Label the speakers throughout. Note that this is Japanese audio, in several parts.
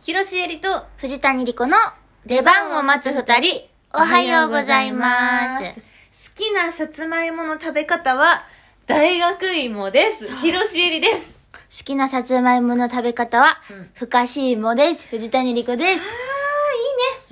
Speaker 1: 広瀬えりと
Speaker 2: 藤谷莉子の出番を待つ二人、おはようございます。
Speaker 1: 好きなさつまいもの食べ方は大学芋です広瀬えりです
Speaker 2: 好きなさつまいもの食べ方は
Speaker 1: うん、
Speaker 2: ふかしいもです。藤谷莉子です。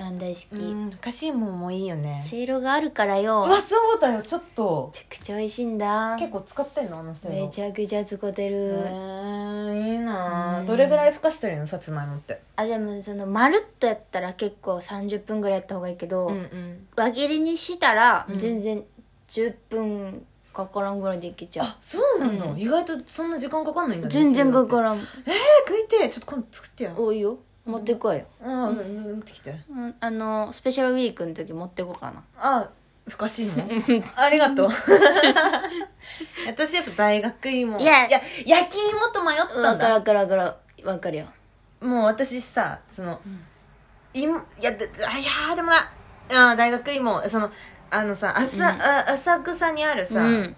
Speaker 2: ああ、いいね。大好き。
Speaker 1: んおかしいもんもいいよね
Speaker 2: せいろがあるからよ。
Speaker 1: わ
Speaker 2: め
Speaker 1: そうだよちょっと
Speaker 2: ちゃくちゃ美味しいんだ。
Speaker 1: 結構使ってんのあの人
Speaker 2: めち
Speaker 1: ゃ
Speaker 2: ゃくちゃ使って
Speaker 1: え
Speaker 2: る。
Speaker 1: ー、いいなあ
Speaker 2: うん
Speaker 1: どれぐらいふかしてるのさつまいもって
Speaker 2: あ、でもその、まるっとやったら結構30分ぐらいやった方がいいけど、
Speaker 1: ん
Speaker 2: 輪切りにしたら
Speaker 1: うん
Speaker 2: 全然10分かからんぐらいでいけちゃう。
Speaker 1: あそうなんだ、
Speaker 2: うん
Speaker 1: 意外とそんな時間かかんないんだね
Speaker 2: 全然か
Speaker 1: ん
Speaker 2: からん。
Speaker 1: 食いてえちょっと今度作ってよ
Speaker 2: 多いよ。持ってこいよ。
Speaker 1: あうんうん持ってきて
Speaker 2: うん、あのスペシャルウィークの時持ってこうかな
Speaker 1: あふかしいの ありがとう私やっぱ大学芋
Speaker 2: いや
Speaker 1: いや焼き芋と迷った
Speaker 2: わ
Speaker 1: んだ
Speaker 2: からからわからわかるよ
Speaker 1: もう私さその、
Speaker 2: ん
Speaker 1: 芋いやであいやーでもなあー大学芋そのあのさ浅,、
Speaker 2: うん
Speaker 1: あ浅草にあるさ、
Speaker 2: うん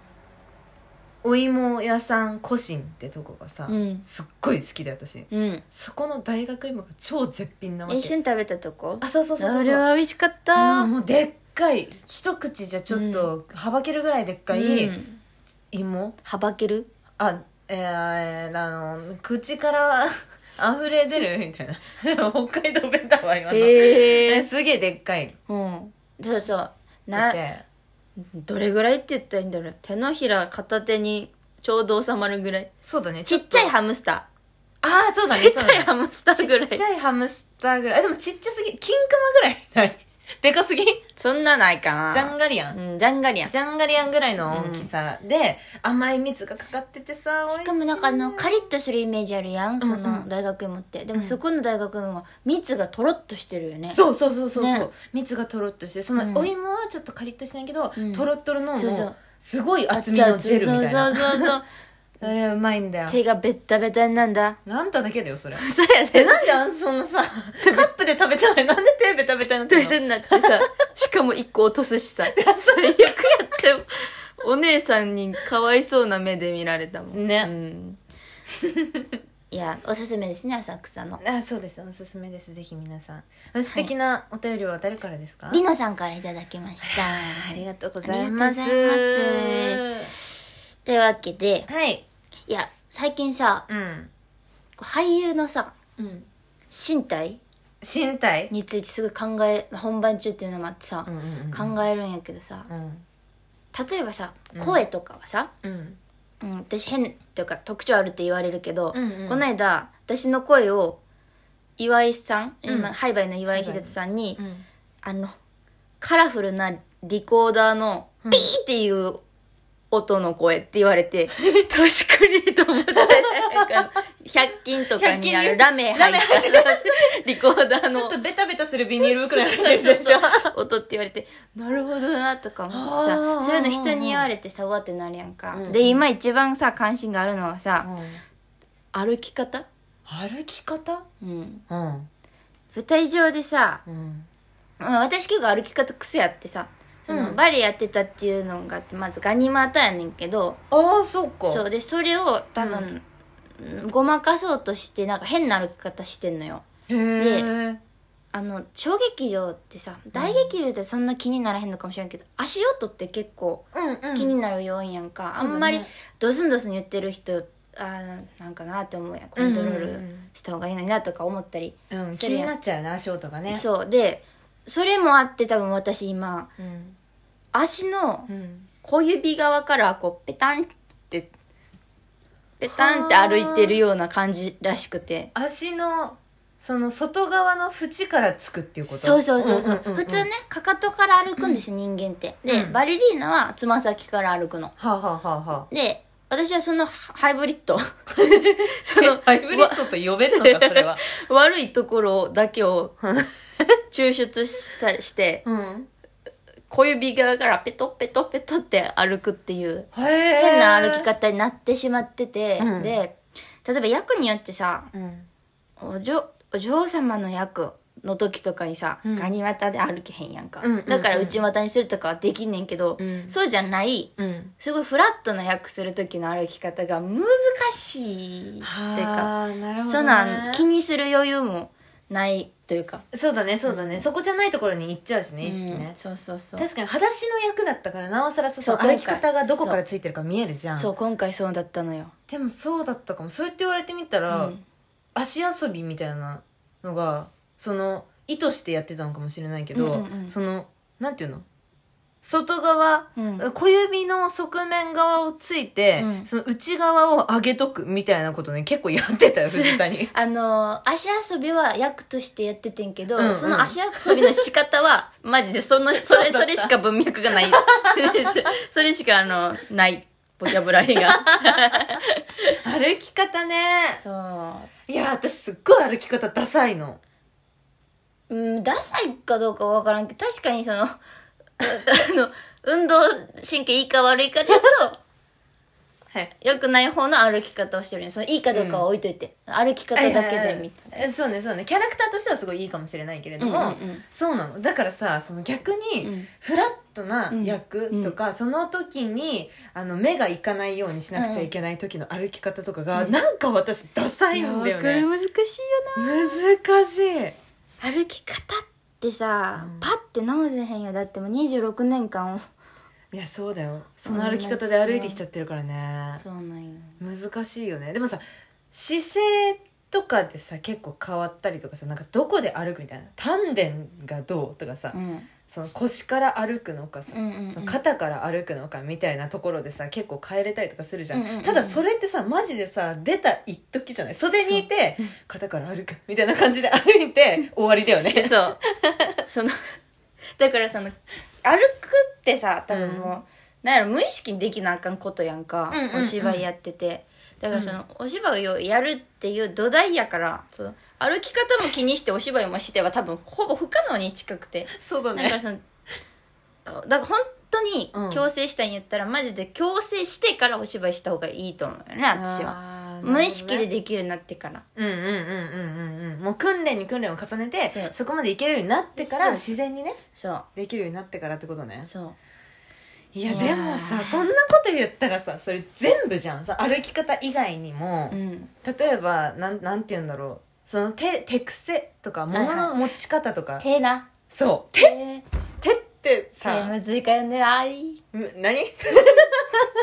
Speaker 1: お芋屋さん古神ってとこがさ、
Speaker 2: うん、
Speaker 1: すっごい好きで私
Speaker 2: うん、
Speaker 1: そこの大学芋が超絶品なわけ
Speaker 2: 一緒に食べたとこ
Speaker 1: あそうそうそうそう
Speaker 2: それは美味しかっ
Speaker 1: あ
Speaker 2: た
Speaker 1: のもうでっかい一口じゃちょっとはばけるぐらいでっか
Speaker 2: う
Speaker 1: い
Speaker 2: ん
Speaker 1: 芋、
Speaker 2: はばける
Speaker 1: あえー、あの口から溢れ出るみたいな 北海道弁だわ今の、え
Speaker 2: へえ
Speaker 1: すげえでっかい
Speaker 2: うんそうそう
Speaker 1: な
Speaker 2: などれぐらいって言ったらいいんだろう手のひら片手にちょうど収まるぐらい
Speaker 1: そうだね
Speaker 2: ちっちゃい
Speaker 1: ハ
Speaker 2: ハムスタ
Speaker 1: ああそう
Speaker 2: ー、
Speaker 1: だね
Speaker 2: ちっちゃいハ
Speaker 1: ム
Speaker 2: ムスターぐらい
Speaker 1: ちっちゃいハムスターぐらいあでもちっちゃすぎ金玉ぐらいないでかすぎジ
Speaker 2: そんなないかな
Speaker 1: ャンガリアン
Speaker 2: うん、ジャンガリアン
Speaker 1: ジャンガリアンぐらいの大きさで、甘い蜜がかかっててさ
Speaker 2: しかもなんかあのカリッとするイメージあるやんそ
Speaker 1: うんう
Speaker 2: の
Speaker 1: ん
Speaker 2: 大学芋って、で
Speaker 1: う
Speaker 2: も
Speaker 1: ん
Speaker 2: そこの大学芋は蜜がとろっとしてるよね
Speaker 1: そうそうそうそうそう、
Speaker 2: ね
Speaker 1: 蜜がとろっとしてそ
Speaker 2: うん
Speaker 1: のお芋はちょっとカリッとしてないけど、
Speaker 2: うん
Speaker 1: とろっとろのも
Speaker 2: そうそう
Speaker 1: うすごい厚みのジェルみたいな
Speaker 2: そうそうそう そう
Speaker 1: あれはうまいんだよ
Speaker 2: 手がベッタベタになんだ
Speaker 1: あんただけだよそれ
Speaker 2: そうや
Speaker 1: え
Speaker 2: で
Speaker 1: なんであんたそんなさカップで食べたのになんで手ベタベタになって
Speaker 2: ベ
Speaker 1: る
Speaker 2: タベタ
Speaker 1: の
Speaker 2: になってさしかも一個落とすしさ最悪やってお姉さんにかわいそうな目で見られたもん
Speaker 1: ね
Speaker 2: うん いやおすすめですね浅草の
Speaker 1: あそうですおすすめですぜひ皆さん素敵なお便りは誰からですか、
Speaker 2: りのさんからいただきました
Speaker 1: ありがとうございます
Speaker 2: ありがとうござというわけで
Speaker 1: はい
Speaker 2: いや最近さ
Speaker 1: うん
Speaker 2: こう俳優のさ
Speaker 1: うん
Speaker 2: 身体
Speaker 1: 身体
Speaker 2: についてすごい考え本番中っていうのもあってさ、
Speaker 1: んうん
Speaker 2: 考えるんやけどさ
Speaker 1: うん
Speaker 2: 例えばさ
Speaker 1: うん
Speaker 2: 声とかはさ、
Speaker 1: うん
Speaker 2: うん私変っていうか特徴あるって言われるけど、
Speaker 1: うんうん
Speaker 2: この間私の声を岩井さん、
Speaker 1: うん
Speaker 2: 今ハイバイの岩井秀人さんに、
Speaker 1: うん
Speaker 2: あのカラフルなリコーダーの
Speaker 1: うん
Speaker 2: ピーっていう音の声って言わ れて、確かにと思ってなんか100均とかにある ラメ入った リコーダー
Speaker 1: ちょ
Speaker 2: の
Speaker 1: っとベタベタするビニールくらい入ってる
Speaker 2: そう
Speaker 1: でし
Speaker 2: そ
Speaker 1: ょ
Speaker 2: う音って言われてなるほどなとか思って
Speaker 1: あー
Speaker 2: さそういうの人に言われてさうわってなるやんか、
Speaker 1: うんうん
Speaker 2: で今一番さ関心があるのはさ、歩き方、
Speaker 1: 歩き方
Speaker 2: うん、
Speaker 1: うん
Speaker 2: 舞台上でさ、
Speaker 1: うん
Speaker 2: うん私結構歩き方癖やってさその、
Speaker 1: うん
Speaker 2: バレエやってたっていうのがあってまずガニ股やねんけど
Speaker 1: ああそうか
Speaker 2: そうでそれを多分、ごまかそうとしてなんか変な歩き方してんのよ
Speaker 1: へえ
Speaker 2: あの小劇場ってさ大劇場でそんな気にならへんのかもしれんけど、足音って結構
Speaker 1: うん
Speaker 2: 気になる要因やんか、
Speaker 1: そうだね
Speaker 2: あんまりドスンドスン言ってる人あーなんかなって思うやんコントロールした方がいいのになとか思ったり、
Speaker 1: うん
Speaker 2: そ
Speaker 1: 気
Speaker 2: れ
Speaker 1: になっちゃうね足音がね
Speaker 2: そうでそれもあって多分私今
Speaker 1: うん
Speaker 2: 足の
Speaker 1: うん
Speaker 2: 小指側からこうペタンってペタンって歩いてるような感じらしくて。
Speaker 1: 足のその外側の縁からつくっていうこと
Speaker 2: そうそうそうそう,、
Speaker 1: んんんん
Speaker 2: 普通ねかかとから歩くんですよ、人間ってで、
Speaker 1: うん
Speaker 2: バレリーナはつま先から歩くの
Speaker 1: はあはあはあは
Speaker 2: で私はそのハハイブリッド その
Speaker 1: あハイブリッドと呼べるのかそれは
Speaker 2: 悪いところだけを 抽出さして
Speaker 1: うん
Speaker 2: 小指側からペトペトペトって歩くっていう
Speaker 1: へえ
Speaker 2: 変な歩き方になってしまってて、
Speaker 1: うん
Speaker 2: で例えば役によってさ
Speaker 1: うん
Speaker 2: お嬢お嬢様の役の時とかにさ、
Speaker 1: うん
Speaker 2: ガニ股で歩けへんやんか、
Speaker 1: うんうんうん
Speaker 2: だから内股にするとかはできんねんけど、
Speaker 1: うん
Speaker 2: そうじゃない
Speaker 1: うん
Speaker 2: すごいフラットな役する時の歩き方が難しいっていうか
Speaker 1: はあなるほどね
Speaker 2: そうなん気にする余裕もないというか、
Speaker 1: そうだねそうだね、そこじゃないところに行っちゃうしね意識
Speaker 2: う
Speaker 1: ね
Speaker 2: ん、そうそうそう
Speaker 1: 確かに裸足の役だったからなおさらさ
Speaker 2: そう
Speaker 1: その歩き
Speaker 2: 今回
Speaker 1: 方がどこからついてるか見えるじゃん
Speaker 2: そう今回そうだったのよ、
Speaker 1: でもそうだったかもそうやって言われてみた
Speaker 2: う
Speaker 1: ら、
Speaker 2: ん
Speaker 1: 足遊びみたいなのがその意図してやってたのかもしれないけど、
Speaker 2: うんうんうん
Speaker 1: そのなんていうの外側、
Speaker 2: うん
Speaker 1: 小指の側面側をついて、
Speaker 2: うん
Speaker 1: その内側を上げとくみたいなことね結構やって たよ藤谷
Speaker 2: あのー足遊びは役としてやっててんけど、
Speaker 1: うんうん
Speaker 2: その足遊びの仕方 はマジでそのそれ
Speaker 1: そうだった
Speaker 2: それしか文脈がない それしかあのないボキャブラリ ーが
Speaker 1: 歩き方ね
Speaker 2: そう
Speaker 1: いや私すっごい歩き方ダサいの
Speaker 2: うんダサいかどうかわからんけど確かにそのあの運動神経いいか悪いかで言うと
Speaker 1: はい
Speaker 2: 良くない方の歩き方をしてるねそのいいかどうかは置いといて、歩き方だけでみたいな、
Speaker 1: なそうねそうねキャラクターとしてはすごいいいかもしれないけれども、
Speaker 2: うんうんうん
Speaker 1: そうなのだからさその逆
Speaker 2: う
Speaker 1: に
Speaker 2: ん
Speaker 1: フラットな役とか、その時にあの目がいかないようにしなくちゃいけない時の歩き方とかが、
Speaker 2: うん
Speaker 1: なんか私ダサいんだよ
Speaker 2: いや
Speaker 1: ね
Speaker 2: これ難しいよな
Speaker 1: 難しい
Speaker 2: 歩き方ってさ、
Speaker 1: うん
Speaker 2: パッて直せへんよだってもう26年間
Speaker 1: いやそうだよその歩き方で歩いてきちゃってるからね
Speaker 2: そうなんよ
Speaker 1: 難しいよねでもさ姿勢とかでさ結構変わったりとかさなんかどこで歩くみたいな丹田がどうとかさ、
Speaker 2: うん
Speaker 1: その腰から歩くのかさ、
Speaker 2: うんうんうん
Speaker 1: その肩から歩くのかみたいなところでさ結構変えれたりとかするじゃん,、
Speaker 2: うんうんうんうん
Speaker 1: ただそれってさマジでさ出た一時じゃない袖にいて肩から歩くみたいな感じで歩いて終わりだよ ね
Speaker 2: そうそのだからその歩くってさ多分もう、なんやろ無意識にできなあかんことやんか、
Speaker 1: うんうんうん
Speaker 2: お芝居やっててだからその、お芝居をやるっていう土台やからその歩き方も気にしてお芝居もしては多分ほぼ不可能に近くて
Speaker 1: そうだ
Speaker 2: だからそのだから本当に
Speaker 1: うん
Speaker 2: 強制したいんやったら、マジで強制してからお芝居した方がいいと思うよね私は、
Speaker 1: は
Speaker 2: 無意識でできるようになってから
Speaker 1: うんうんうんうんうんうんもう訓練に訓練を重ねて
Speaker 2: そう
Speaker 1: そこまでいけるようになってから
Speaker 2: そう
Speaker 1: 自然にね
Speaker 2: そ
Speaker 1: できるようになってからってことね
Speaker 2: うそう
Speaker 1: いや
Speaker 2: いや
Speaker 1: で
Speaker 2: ー
Speaker 1: もさそんなこと言ったらさそれ全部じゃんさ歩き方以外にも、
Speaker 2: うん
Speaker 1: 例えばなんなんて言うんだろうその手手癖とか
Speaker 2: はい
Speaker 1: 物の持ち方とか、
Speaker 2: 手な
Speaker 1: そう手
Speaker 2: 手
Speaker 1: 手って
Speaker 2: 手
Speaker 1: さ
Speaker 2: むずいからねあい
Speaker 1: む何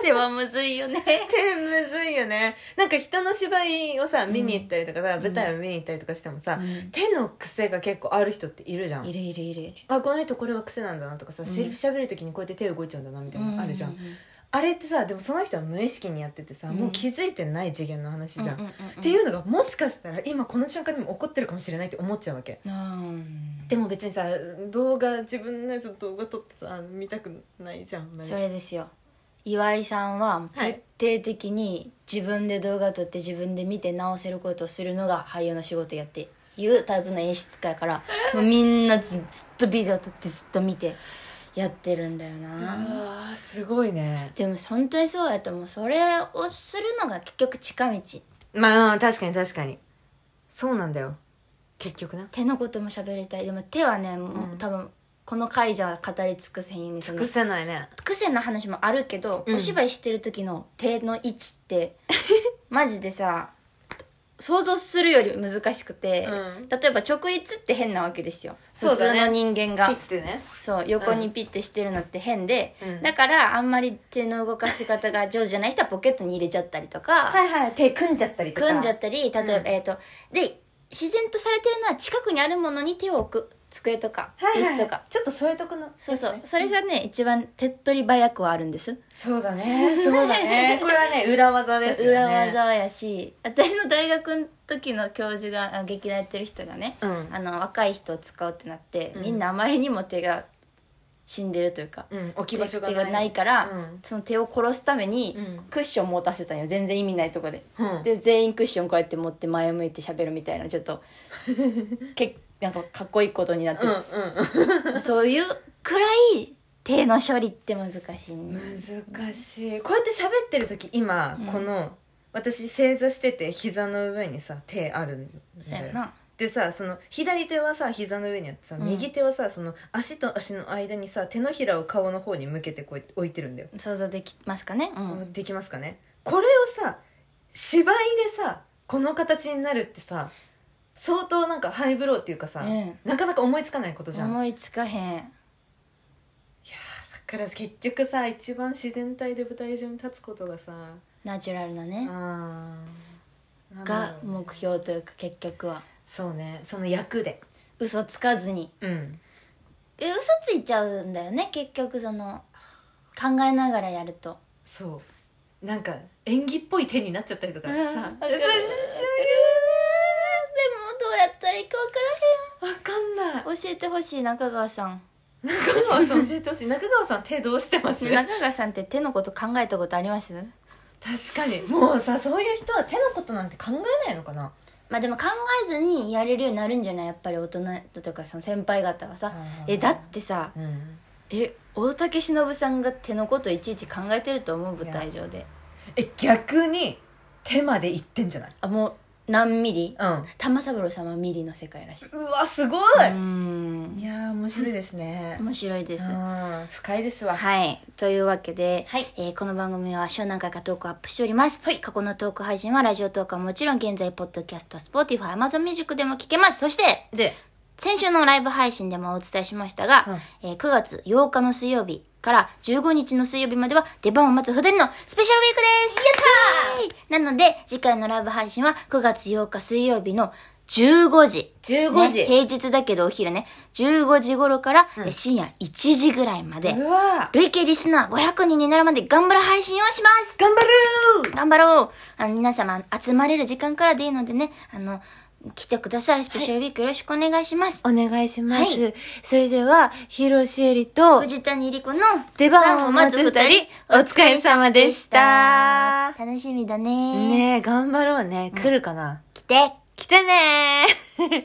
Speaker 2: 手はむずいよね
Speaker 1: 手むずいよねなんか人の芝居をさ
Speaker 2: ん
Speaker 1: 見に行ったりとかさ、
Speaker 2: ん
Speaker 1: 舞台を見に行ったりとかしてもさ、
Speaker 2: うん
Speaker 1: 手の癖が結構ある人っているじゃん
Speaker 2: いるいるいるいる
Speaker 1: あこの人これが癖なんだなとかさ、
Speaker 2: ん
Speaker 1: セリフ喋る時にこうやって手動いちゃうんだなみたいなのあるじゃん、
Speaker 2: うう
Speaker 1: あれってさでもその人は無意識にやっててさ、
Speaker 2: うん
Speaker 1: もう気づいてない次元の話じゃん、
Speaker 2: うんうんうん
Speaker 1: っていうのがもしかしたら今この瞬間にも起こってるかもしれないって思っちゃうわけ
Speaker 2: うん
Speaker 1: でも別にさ動画自分のやつ動画撮ってさ見たくないじゃん
Speaker 2: それですよ岩井さんは徹
Speaker 1: はい
Speaker 2: 底的に自分で動画撮って自分で見て直せることをするのが俳優の仕事やっていうタイプの演出家や からもうみんなずずっとビデオ撮ってずっと見てやってるんだよな
Speaker 1: あーすごいね
Speaker 2: でも本当にそうやと思うそれをするのが結局近道
Speaker 1: まあ確かに確かにそうなんだよ結局な
Speaker 2: 手のことも喋りたいでも手はね、もう
Speaker 1: うん
Speaker 2: 多分この回じゃ語り尽くせへんよねその
Speaker 1: 尽くせないね
Speaker 2: 癖の話もあるけど、
Speaker 1: うん
Speaker 2: お芝居してる時の手の位置って マジでさ想像するより難しくて、
Speaker 1: うん
Speaker 2: 例えば直立って変なわけですよ
Speaker 1: そ
Speaker 2: 普
Speaker 1: うだ
Speaker 2: 通
Speaker 1: ね
Speaker 2: の人間
Speaker 1: ピ
Speaker 2: が
Speaker 1: ッてね
Speaker 2: そう横にピッてしてるのって変で、
Speaker 1: うん
Speaker 2: だからあんまり手の動かし方が上手じゃない人はポケットに入れちゃったりとか、
Speaker 1: はいはい手組んじゃったりとか
Speaker 2: 組んじゃったり例えば、
Speaker 1: うん
Speaker 2: えっ、とで自然とされてるのは近くにあるものに手を置く机とか
Speaker 1: はい
Speaker 2: 椅
Speaker 1: はい
Speaker 2: 子とか、
Speaker 1: ちょっとそういうとこの
Speaker 2: そうそう、
Speaker 1: ですね
Speaker 2: それがね一番手っ取り早くはあるんです
Speaker 1: そうだねそうだ ねこれはね裏技ですよね
Speaker 2: 裏技やし私の大学の時の教授があ劇団やってる人がね、
Speaker 1: うん
Speaker 2: あの若い人を使うってなって、
Speaker 1: うん
Speaker 2: みんなあまりにも手が死んでるというか、
Speaker 1: うん置き
Speaker 2: 手
Speaker 1: 場所が
Speaker 2: 手がないから、
Speaker 1: うん
Speaker 2: その手を殺すために
Speaker 1: うん
Speaker 2: クッション持たせたんよ全然意味ないとこで、
Speaker 1: うん
Speaker 2: で全員クッションこうやって持って前向いて喋るみたいなちょっ とけなんかかっこいいことになって
Speaker 1: うんう
Speaker 2: る、
Speaker 1: ん
Speaker 2: そういうくらい手の処理って難しいね、
Speaker 1: 難しいこうやって喋ってる時今、
Speaker 2: うん
Speaker 1: この私正座してて膝の上にさ手あるん
Speaker 2: そう
Speaker 1: だ
Speaker 2: や
Speaker 1: よ
Speaker 2: な
Speaker 1: でさその左手はさ膝の上にあってさ
Speaker 2: うん
Speaker 1: 右手はさ、その足と足の間にさ手のひらを顔の方に向けてこうやって置いてるんだよ、
Speaker 2: 想像できますかねうん
Speaker 1: できますかねこれをさ芝居でさこの形になるってさ相当なんかハイブローっていうかさ、
Speaker 2: うん
Speaker 1: なかなか思いつかないことじゃんいや
Speaker 2: 思いつかへん
Speaker 1: ーだから結局さ一番自然体で舞台上に立つことがさ
Speaker 2: ナチュラルな
Speaker 1: う
Speaker 2: ね
Speaker 1: んなんだ
Speaker 2: が
Speaker 1: ろう
Speaker 2: 目標というか結局は
Speaker 1: そうねその役で
Speaker 2: 嘘つかずに
Speaker 1: うん
Speaker 2: え嘘ついちゃうんだよね結局その考えながらやると
Speaker 1: そうなんか演技っぽい手になっちゃったりとかさ、
Speaker 2: うんわかる
Speaker 1: それ
Speaker 2: でもどうやったらいいか分か
Speaker 1: わかんない
Speaker 2: らへん教えてほしい中川さん、
Speaker 1: 中川さん教えてほしい中川さん手どうしてます
Speaker 2: ね
Speaker 1: 確
Speaker 2: 中川さんって手のこと考えたことあります
Speaker 1: かにもうさそういう人は手のことなんて考えないのかな
Speaker 2: まあでも考えずにやれるようになるんじゃないやっぱり大人とかその先輩方はさ
Speaker 1: うん
Speaker 2: えだってさ
Speaker 1: うん
Speaker 2: え大竹しのぶさんが手のこといちいち考えてると思う舞台上で
Speaker 1: え逆に手までいってんじゃない
Speaker 2: あもう何ミリ
Speaker 1: うん
Speaker 2: 玉三郎様はミリの世界らしいう
Speaker 1: わすごい、
Speaker 2: うーん
Speaker 1: いやー面白いですね、
Speaker 2: 面白いです
Speaker 1: うん深いですわ
Speaker 2: はい。というわけで、
Speaker 1: はい
Speaker 2: えーこの番組は週何回かトークをアップしております。
Speaker 1: はい
Speaker 2: 過去のトーク配信はラジオトークはもちろん現在、ポッドキャスト、スポーティファイ、アマゾンミュージックでも聞けます。そして、
Speaker 1: で
Speaker 2: 先週のライブ配信でもお伝えしましたが、えー9月8日の水曜日から15日の水曜日までは出番を待つ2人のスペシャルウィークですやったーなので、次回のライブ配信は9月8日水曜日の15時。
Speaker 1: 15時
Speaker 2: ね平日だけどお昼ね。15時頃から、えー深夜1時ぐらいまで。
Speaker 1: うわ
Speaker 2: 累計リスナー500人になるまで頑張る配信をします
Speaker 1: 頑張る
Speaker 2: 頑張ろうあの皆様集まれる時間からでいいのでね、あの、来てください。スペシャルウィークよろしくお願いします。
Speaker 1: お願いしますそれでは広瀬えりと
Speaker 2: 藤谷莉子の
Speaker 1: 出番を待つ二人、お疲れ様でした。
Speaker 2: 楽しみだね
Speaker 1: ねえ、頑張ろうね。来るかな、
Speaker 2: 来て
Speaker 1: 来てねー